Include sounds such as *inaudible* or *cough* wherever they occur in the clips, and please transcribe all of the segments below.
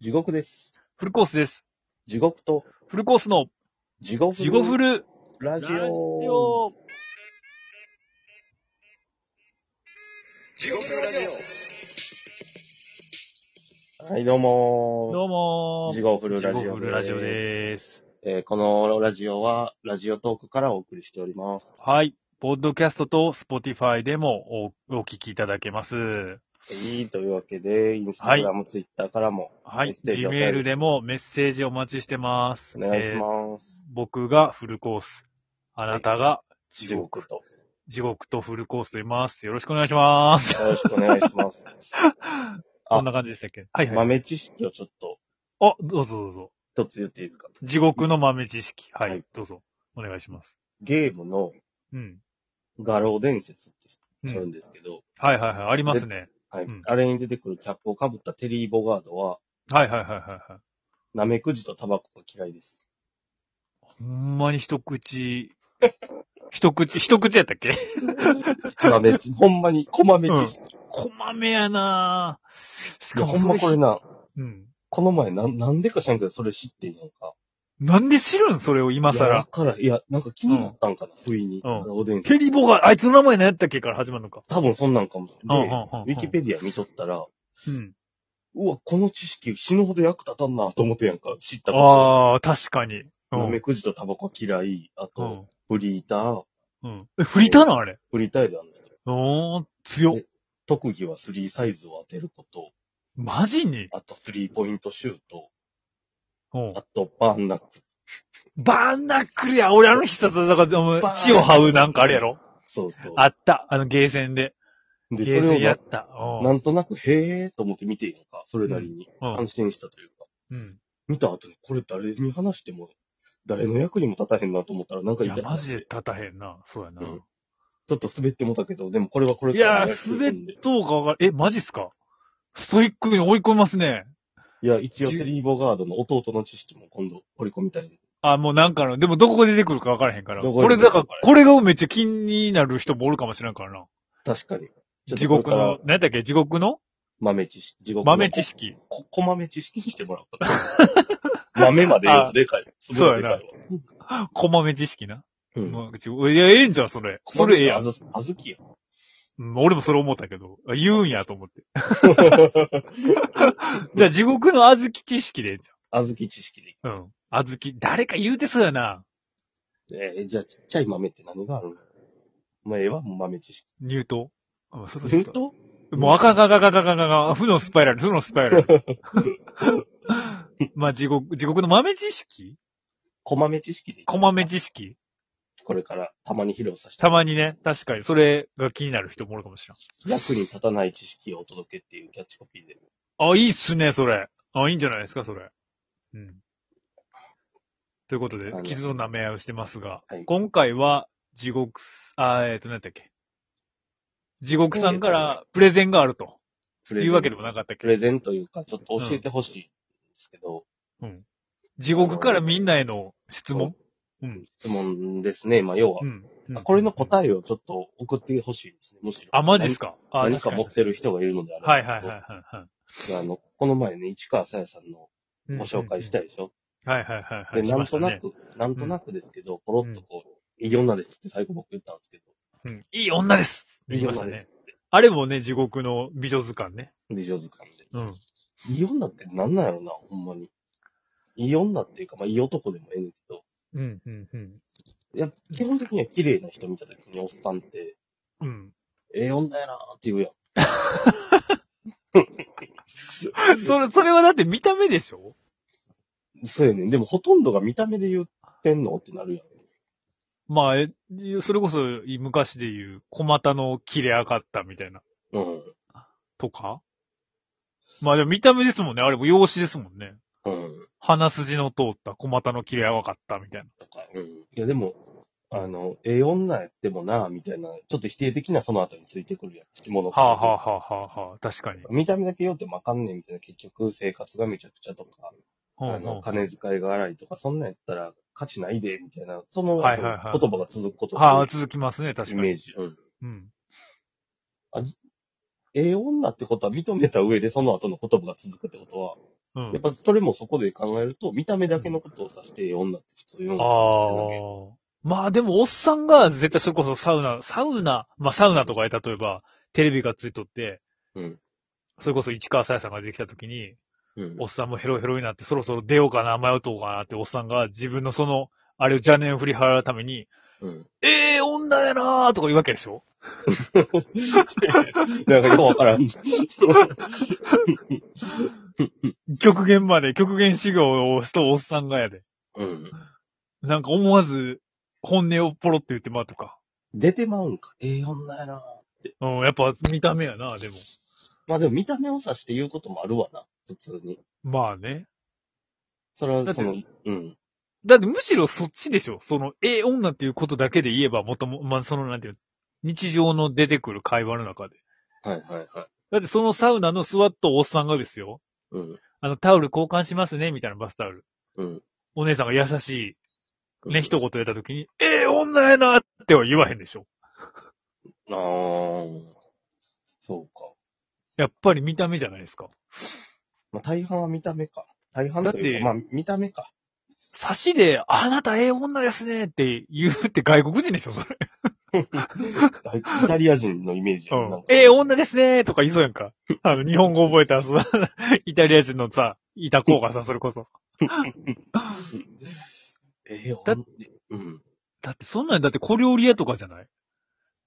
地獄です。フルコースです。地獄と、フルコースの地獄ジゴフルララジジオ。オ。地獄ラジはい、どうもどー。うも地ー。獄ラジジオでゴす。フルラジオでーす。えーこのラジオは、ラジオトークからお送りしております。はい。ポッドキャストとスポティファイでもおお聞きいただけます。いいというわけで、インスタグラム、ツイッターからもはメッい。セージお便り Gmail でもメッセージお待ちしてます。お願いしえーます。僕がフルコース。あなたが地地獄。獄と。地獄とフルコースと言います。よろしくお願いします。よろしくお願いし *laughs* ます。こんな感じでしたっけはいはい。豆知識をちょっと、あ、どうぞどうぞ。一つ言っていいですか地獄の豆知識。ははいい。どうぞ。お願いします。ゲームのうん。画廊伝説ってうあるんん。ですけど、はいはいはい。ありますね。はい、うんあれに出てくるキャップをかぶったテリー・ボガードは、はいはいはいはいはい。ナメクジとタバコが嫌いです。 *laughs* ほんまに一 *laughs* 口、一口、一口やったっけまめほんまに、こまめ知識。こまめやなぁ。しいやかもほんまそこれな、うん。この前なん、なんでか知らんけど、それ知ってんやんか。なんで知るんそれを今いやわか更。らんいや、なんか気になったんかな、不意に。うんおでんさん。テリボが、あいつの名前何やったっけから始まるのか。多分そんなんかも。で、うんうんうんうんウィキペディア見とったら、うん。うわ、この知識死ぬほど役立たんなと思ってやんか、知ったこああ、確かに。うと。ナメん。クジとタバコ嫌い、あうと、ん。フリーター、うん。え、振りたな、あれ。フリーターであの人。おー、強っえ。特技はスリーサイズを当てること、マジに。あとスリーポイントシュート、うんあ。とバーンナック。バーンナックルや。俺あの必殺技が、お前バーン血を這うなんかあれやろ。そうそう。あった。あのゲーセンで。で、そゲれーセをンなやった。なうんとなく、へえーと思って見ていいのか、それなりに。ん。うん安心したというか。うん。見た後に、これ誰に話しても、誰の役にも立たへんなと思ったら、なんかい痛や、いマジで立たへんな。そうやな。うんちょっと滑ってもたけど、でもこれはこれいからややっていー、く滑っんでとうかわかる。え、マジっすかストイックに追い込みますね。いや、一応テリー・ボガードの弟の知識も今度、掘り込みたいな。あ、もうなんかの、でもどこが出てくるかわからへんから。どここがれ出てくだるかかわかららへん、これがめっちゃ気になる人もおるかもしれんからな。確かに。地獄の、。何やったっけ地獄の豆知識。地獄の豆知。識。こ、こ豆知識にしてもらおうかな。豆まで言うとで *laughs* かい。すごいでかいわ。小豆知識な。うん。もうちいや、ええんじゃん、それ。それええやん。小豆ってあず、あずきや。うん俺もそれ思ったけど。あ言うんやと思って。じゃあ地獄の小豆知識でええんじ *laughs* あずき知識でいい。ゃん。うん。小豆、誰か言うてそうやな。えー、じゃあ、ちっちゃい豆って何があるのまあ、ええわ、もう豆知識。入刀あ、それはち本ょっと当もうあかんあかんあかんあかんあかんあかん。負のスパイラル、負のスパイラル。まあ、地獄、地獄の豆知識小豆知識でいい。小豆知識これからたまに披露させて。たまにね、確かに、それが気になる人もおるかもしれん。役に立たない知識をお届けっていうキャッチコピーで。あ、いいっすね、それ。あ、いいんじゃないですか、それ。うん。ということでは、い傷の舐め合いをしてますが、はい今回は、地獄す、あ、えっ、と、何だったっけ。地獄さんからプレゼンがあるとプいうわけでもなかったっプけレゼンというか、ちょっと教えてほしいんですけど、地獄からみんなへの質問うん。質問ですね。まあ、要は、うん。あこれのえ。答えをちょっと送ってほしいですね。むしろ。あ、マジっすかかあ、何か持確ってる人がいるのであればはいはいはいはいはあい。の、この前ね、市川さやさんのご紹介したい。でしょ、はいはいはいはい。で、しなまんしたとねなく、、なんとなくですけど、ポロッとこう、いい女ですって最後僕言ったんですけうんいい女ですど、いい言いまし女たでねす。。あれもね、地獄の美女図鑑ね。美女図鑑で。うん。いい女ってなんなんやろな、ほんまに。いい女っていうか、まあ、いい男でもええねんけど、うん、うん、うん。いや、基本的には綺麗な人見たときにおっさんって、うん。 *laughs* ええ女やなって言うやん。それ、それはだって見た目でしょそうやねん。でもほとんどが見た目で言ってんのってなるやん。まあ、えそれこそ昔で言う小股の切れ上がったみたいな、うん。とかまあでも見た目ですもんね。あれも容姿ですもんね。うん。鼻筋の通った小股の切れ上がったみたいな。とか。うん。いや、でも、あの、ええ女やってもなみたいな、ちょっと否定的なその後についてくるやん。着物はあ、はあはあはあはあ、確かに。見た目だけ言うてもあかんねんみたいな、結局生活がめちゃくちゃとか、うんあうんの、金遣いが荒いとか、そんなんやったら価値ないで、みたいな、その後はいはいはい言葉が続くことがは多あ、い続きますね、確イかメに。ージ。うん。うん。ええ女ってことは認めた上で、その後の言葉が続くってことは、うやっん。ぱそれもそこで考えると、見た目だけのことを指して、ええ女って普通言うんあですよ。あ。まあでも、おっさんが絶対それこそサウナ、サウナ、まあサウナとかで例えば、テレビがついとって、うん。それこそ市川さやさんが出てきた時に、うんおっさんもヘロヘロになって、そろそろ出ようかな、迷うとうかなって、おっさんが自分のその、あれを邪念を振り払うために、うん。ええ女やなーとか言うわけでしょなんかよくわからん。 *laughs* 極限まで、極限修行をしたおっさんがやで。うん。なんか思わず、本音をポロって言ってまうとか。出てまうんか。ええ女やな。うん、やっぱ見た目やな、でも。まあでも見た目を指して言うこともあるわな。普通に。まあね。それはそだの、うん。だってむしろそっちでしょその、ええ女っていうことだけで言えば、もとも、まあその、なんていうの、日常の出てくる会話の中で。はいはいはい。だってそのサウナの座っとおっさんがですよ。うん。あの、タオル交換しますね、みたいなバスタオル。うん。お姉さんが優しい、うね、ん一言言った時に、ええ女やなっては言わへんでしょ。あー。そうか。やっぱり見た目じゃないですか。まあ大半は見た目か。大半というか、だまあ見た目か。差しで、あなたええ女ですねって言うって外国人でしょ、それ。だいイタリア人のイメージやうな *laughs* なんんか。ええ女ですねとか言いそうやんか。あの、日本語覚えたら、そのイタリア人のさ、いた子がさ、それこそ。ええだ女。うん。だってそんなんだって小料理屋とかじゃない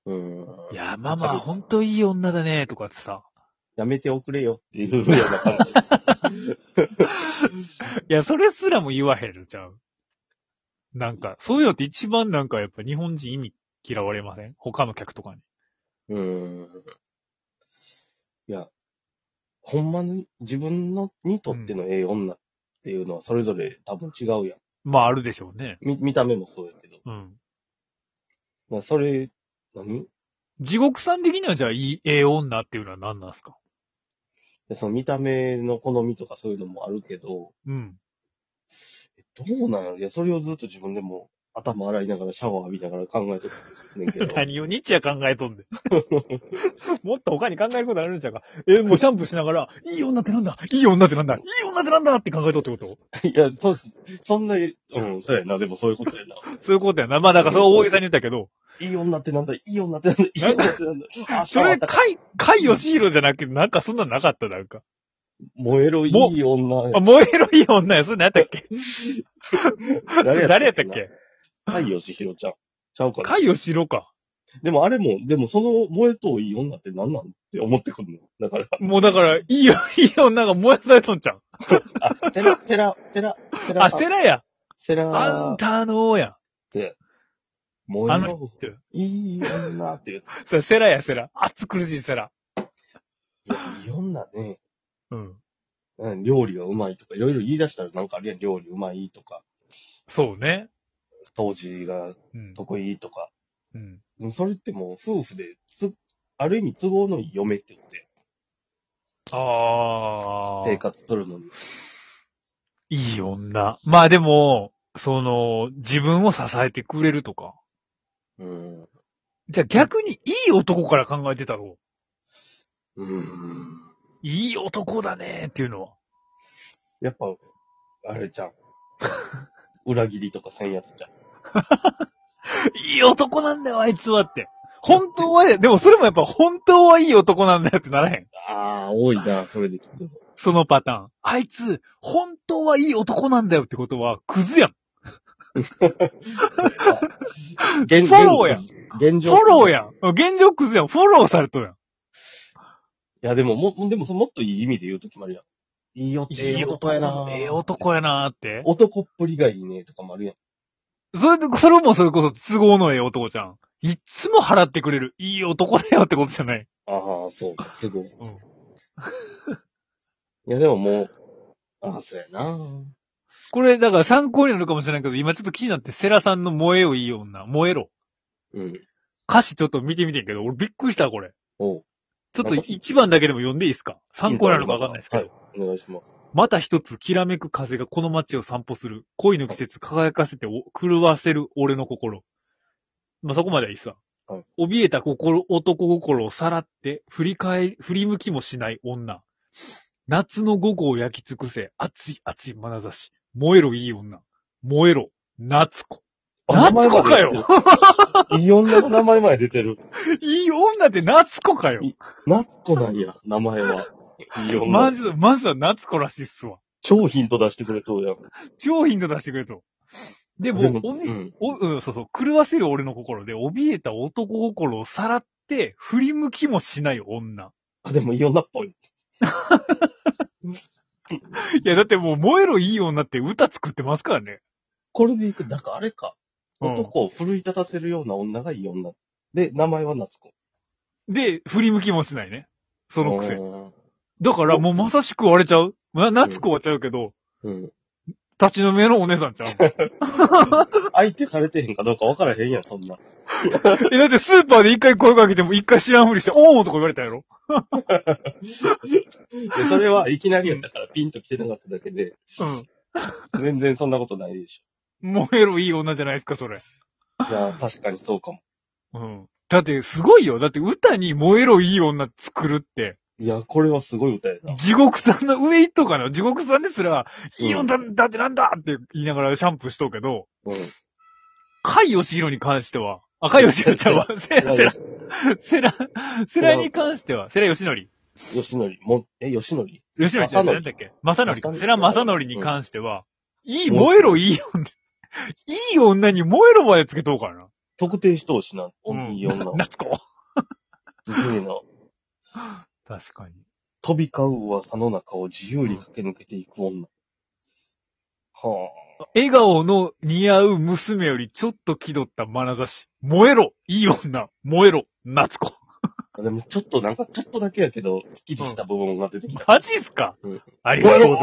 うん。いや、ママ、ほんといい女だねとかってさ。やめておくれよっていうような感じ。いや、それすらも言わへんじゃん。なんか、そういうのって一番なんかやっぱ日本人意味嫌われません他の客とかに。 *laughs* うーん。いや、ほんまに自分のにとってのええ女っていうのはそれぞれ多分違うやん。まあ、あるでしょうね。み見た目もそうやけど。うん。まあそれ、何地獄さん的にはじゃあ、いい、ええ女っていうのは何なんすかその見た目の好みとかそういうのもあるけど、うん。どうなのいや、それをずっと自分でも頭洗いながらシャワー浴びながら考えてるねんけど。何を日夜考え *laughs* とんで。もっと他に考えることあるんちゃうか。え、もうシャンプーしながら、いい女ってなんだいい女ってなんだいい女ってなんだって考えとってこといや、そうっす。そんな、うん、そうやな。でもそういうことやな。そういうことやな。まあ、だからそれは大げさに言ったけど、いい女ってなんだ、いい女ってなんだ、いい女ってなんだ。あ、シそャワーれ、浴びたかい、かいよしひろじゃなくて、なんかそんなのなかった、なんか。燃えろいい女あ、や。燃えろいい女や。それ何やったっけ誰やったっなけ太陽しひろちゃん。ちゃうかなか。いよしろか。でもあれも、でもその燃えといい女って何なんって思ってくるの。だから、もうだから、いいよ、 *laughs* いい女が燃やされとんちゃん。あ、セラ、セラ、セラ、セラ、あ、セラや。セあラん、たのや。燃あえのろ人。いい女っていうやつ。それセラや、セラ。暑苦しいセラ。いや、いい女ね。うん。うん、料理がうまいとか、いろいろ言い出したらなんかあるやん。料理うまいとか、そうね。掃除がうん。得意とか。うん。でもそれってもう夫婦で、つ、ある意味都合のいい嫁って言って、あ生あ。活するのに。いい女。まあでも、その、自分を支えてくれるとか。うん。じゃあ逆にいい男から考えてたろうん。う。いい男だねっていうのは。やっぱ、あれじゃん。 *laughs* 裏切りとかせんやつじゃん。いい男なんだよ、あいつはって。本当は、でもそれもやっぱ本当はいい男なんだよってならへん。ああ、多いな、それで聞く。そのパターン。あいつ、本当はいい男なんだよってことは、クズやん。現フォローやん。現フ状。ォローいやん。現状クズやん。フォローされとるやん。や、でも、も、でも、もっといい意味で言うときもあるやん。いいよ、ええ男やな。ええ男やなーって。男っぷりがいいね、とかもあるやん。それで、それもそれこそ都合のええ男じゃん。いっつも払ってくれる。いい男だよってことじゃない。ああ、そうか、すごい。 *laughs* うんいや、でももう、ああ、そうやな。これ、だから参考になるかもしれないけど、今ちょっと気になって、セラさんの燃えよいい女。燃えろ。うん。歌詞ちょっと見てみてんけど、俺びっくりした、これ。おうちょっと一番だけでも読んでいいですか参考になるかわかんないですけど。はい、お願いします。また一つきらめく風がこの街を散歩する。恋の季節輝かせてお狂わせる俺の心。まあ、そこまではいいさ。はい怯えた心、男心をさらって、振り返り、振り向きもしない女。夏の午後を焼き尽くせ、熱い熱い眼差し。燃えろいい女。燃えろ、夏子。あ夏子かよ名前まで出てる *laughs* いい女の名前まで出てる。いい女って夏子かよ。夏子なんや、名前は。いい女。まず、まずは夏子らしいっすわ。超ヒント出してくれそうやん。超ヒント出してくれと。でも、おび、うんお、うん、そうそう、狂わせる俺の心で、怯えた男心をさらって、振り向きもしない女。あ、でもいい女っぽい。いや、だってもう、燃えろいい女って歌作ってますからね。これでいく。だからあれか。うん男を奮い立たせるような女がいい女。で、名前は夏子。で、振り向きもしないね。そのくせ。うんだからもうまさしくあれちゃうな、夏子はちゃうけど、うん。立ち飲み屋のお姉さ *laughs* んちゃう相手されてへんかどうか分からへんやん、そんな。え、だってスーパーで一回声かけても一回知らんふりして、おーとか言われたやろでそれはいきなりやったからピンと来てなかっただけで、うん。全然そんなことないでし燃えろいい女じゃないですか、それ。ょ。いや、確かにそうかも。うん。だってすごいよ。だって歌に燃えろいい女作るって、いや、これはすごい歌やな。地獄さんの上行っとかな。地獄さんですら、うんいい女だってなんだって言いながらシャンプーしとうけど、うん。甲斐義弘に関しては、あ、甲斐義弘ちゃうわ。 *laughs* セラ、セラ、セラ、セラに関しては、セラ義則。吉典、も、え、吉典吉野ちゃん、正則なんだっけ正則か。正則世良正則に関しては、いい、燃えろ、いい女。いい女に燃えろまでつけとうからな。特定してほしいな。うんいい女を。 *laughs* 夏子。自由の確かに。飛び交う噂の中を自由に駆け抜けていく女。は笑顔の似合う娘よりちょっと気取った眼差し。燃えろ、いい女。燃えろ、夏子。あ。でもちょっとなんかちょっとだけやけど、スッキリした部分が出てきた。マジっすか、うんありがとうございます。